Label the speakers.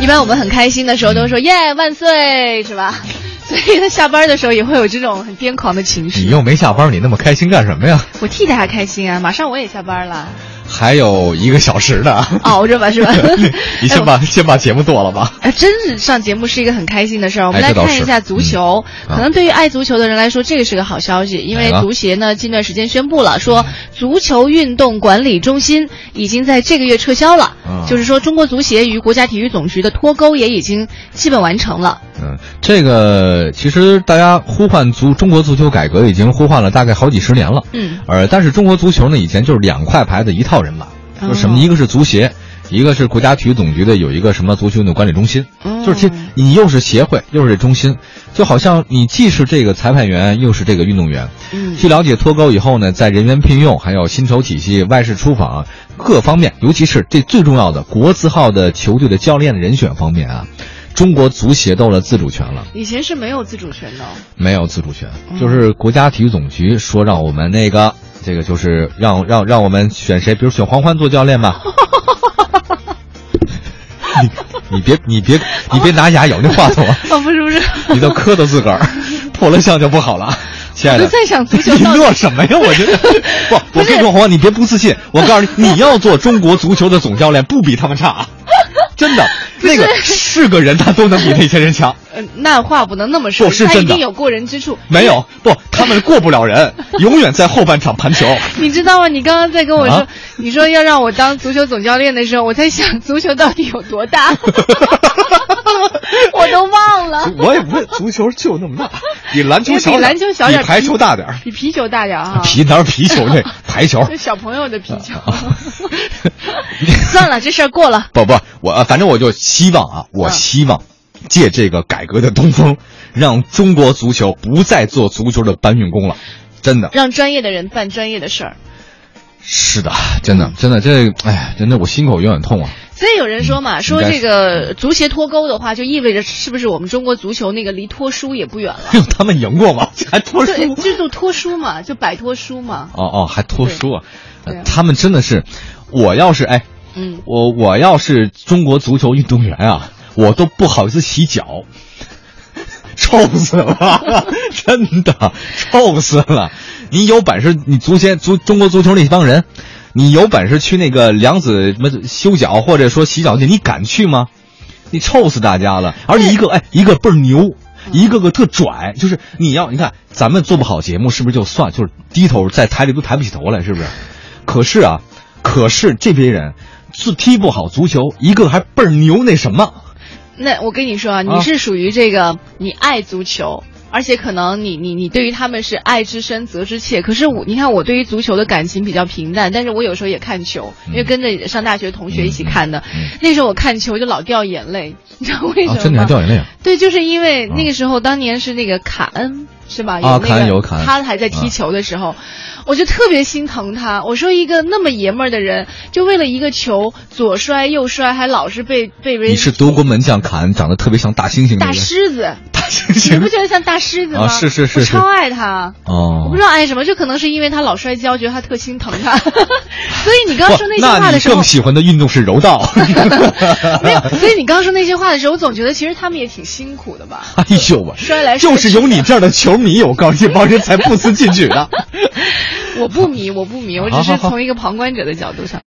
Speaker 1: 一般我们很开心的时候都说耶万岁，是吧？ 所以他下班的时候也会有这种很癫狂的情
Speaker 2: 你
Speaker 1: 绪。
Speaker 2: 又没下班，你那么开心干什么呀？
Speaker 1: 我替大家开心啊！马上我也下班了，
Speaker 2: 还有一个小时呢，？
Speaker 1: 熬着吧，是吧
Speaker 2: 你先把、先把节目做了吧。
Speaker 1: 哎，真是上节目是一个很开心的事儿。我们来
Speaker 2: 哎这倒
Speaker 1: 看一
Speaker 2: 是
Speaker 1: 下足球，
Speaker 2: 嗯啊
Speaker 1: 可能对于爱足球的人来说，这个是个好消息，因为
Speaker 2: 哪个
Speaker 1: 足协呢近段时间宣布了，说足球运动管理中心已经在这个月撤销了，
Speaker 2: 啊
Speaker 1: 就是说中国足协与国家体育总局的脱钩也已经基本完成了。
Speaker 2: 嗯，这个其实大家呼唤足中国足球改革已经呼唤了大概好几十年了。
Speaker 1: 嗯，
Speaker 2: 呃，但是中国足球呢，以前就是两块牌的一套人马，就是什么？
Speaker 1: 哦
Speaker 2: 一个是足协，一个是国家体育总局的有一个什么足球运动管理中心。
Speaker 1: 嗯
Speaker 2: 就是这，你又是协会，又是这中心，就好像你既是这个裁判员，又是这个运动员。
Speaker 1: 嗯
Speaker 2: 据了解，脱钩以后呢，在人员聘用、还有薪酬体系、外事出访各方面，尤其是这最重要的国字号的球队的教练人选方面啊，中国足协都有了自主权了。
Speaker 1: 以前是没有自主权的哦。
Speaker 2: 没有自主权，
Speaker 1: 嗯
Speaker 2: 就是国家体育总局说让我们那个，这个就是让让让我们选谁，比如选黄欢做教练 吧。你你别你别你别拿牙咬那话 筒啊，
Speaker 1: 哦，不是不是，
Speaker 2: 你都磕到自个儿，破了相就不好了。亲爱
Speaker 1: 我
Speaker 2: 的，
Speaker 1: 就在想足球
Speaker 2: 你
Speaker 1: 到底
Speaker 2: 乐什么呀？我 觉得不，我跟你说，黄欢，你别不自信。我告诉你，你要做中国足球的总教练，不比他们差，啊真的。那个是个人，他都能比那些人强。
Speaker 1: 呃，那话不能那么说，
Speaker 2: 不是
Speaker 1: 他一
Speaker 2: 真的
Speaker 1: 定有过人之处。
Speaker 2: 没有，不，他们过不了 人，永远在后半场盘球。
Speaker 1: 你知道吗？你刚刚在跟我说，
Speaker 2: 啊
Speaker 1: 你说要让我当足球总教练的时候，我在想足球到底有多大， 我都忘了，
Speaker 2: 我也不是，足球就那么 大，比篮球
Speaker 1: 也
Speaker 2: 小
Speaker 1: 比
Speaker 2: 点儿，啊
Speaker 1: 篮球小点儿，
Speaker 2: 比排球大点儿。
Speaker 1: 比啤酒大点儿哈。
Speaker 2: 皮哪有皮球 那排球？
Speaker 1: 就小朋友的啤酒。
Speaker 2: 啊
Speaker 1: 算了，这事儿过了。
Speaker 2: 不不，我呃反正我就希望啊，我
Speaker 1: 嗯
Speaker 2: 希望借这个改革的东风，让中国足球不再做足球的搬运工了。真的
Speaker 1: 让专业的人办专业的事儿，
Speaker 2: 是的，真的真的这，哎呀，真的我心口有点痛啊。
Speaker 1: 所以有人说嘛，说
Speaker 2: 应该
Speaker 1: 这
Speaker 2: 是
Speaker 1: 个足协脱钩的话，就意味着是不是我们中国足球那个离脱书也不远了？
Speaker 2: 哎呦，他们赢过吗？还脱
Speaker 1: 对，
Speaker 2: 书？
Speaker 1: 就就脱书嘛，就摆脱书嘛。
Speaker 2: 哦哦，还脱书啊？
Speaker 1: 对对
Speaker 2: 呃他们真的是，我要是哎，
Speaker 1: 嗯，
Speaker 2: 我我要是中国足球运动员啊，我都不好意思洗脚，臭死了， 真的臭死了！你有本事，你足协足中国足球那帮人，你有本事去那个梁子什么修脚或者说洗脚去，你敢去吗？你臭死大家了！而且一个哎，一个倍儿牛。
Speaker 1: 嗯
Speaker 2: 一个个特拽，就是你要你看，咱们做不好节目是不是就算，就是低头在台里都抬不起头来，是不是？可是啊，可是这批人是踢不好足球，一个还倍儿牛那什么，
Speaker 1: 那我跟你说啊，
Speaker 2: 啊
Speaker 1: 你是属于这个，你爱足球，而且可能你你你对于他们是爱之深责之切。可是我，你看我对于足球的感情比较平淡，但是我有时候也看球，
Speaker 2: 嗯
Speaker 1: 因为跟着上大学同学一起看的。
Speaker 2: 嗯嗯
Speaker 1: 那时候我看球就老掉眼泪，你知道为什么吗？
Speaker 2: 眼泪啊！
Speaker 1: 对，就是因为那个时候，当年是那个卡恩，是吧？有
Speaker 2: 啊
Speaker 1: 那个
Speaker 2: 卡恩有卡恩啊
Speaker 1: 他还在踢球的时候，我就特别心疼他。我说一个那么爷们儿的人，就为了一个球左摔右摔，还老是被被人
Speaker 2: 你是德国门将卡恩，长得特别像大猩猩
Speaker 1: 大
Speaker 2: 那个
Speaker 1: 狮 子，
Speaker 2: 大 猩
Speaker 1: 你不
Speaker 2: 猩
Speaker 1: 觉得像大狮子吗？
Speaker 2: 啊是是是
Speaker 1: 我
Speaker 2: 是
Speaker 1: 超爱他。我
Speaker 2: 哦
Speaker 1: 不知道爱什么，就可能是因为他老摔跤，觉得他特心疼 他。所以你刚
Speaker 2: 不，
Speaker 1: 刚说那些话
Speaker 2: 你
Speaker 1: 的时候
Speaker 2: 更，喜欢的运动是 柔道。
Speaker 1: 没有。所以你刚刚说那些话的时候，我总觉得其实他们也挺辛苦的吧。
Speaker 2: 哎呦我
Speaker 1: 摔来摔去
Speaker 2: 就是有你这样的球迷，我告诉你，这帮人才不思进取呢。啊
Speaker 1: 我不迷，我不迷，我只
Speaker 2: 好
Speaker 1: 是
Speaker 2: 好好
Speaker 1: 从一个旁观者的角度上。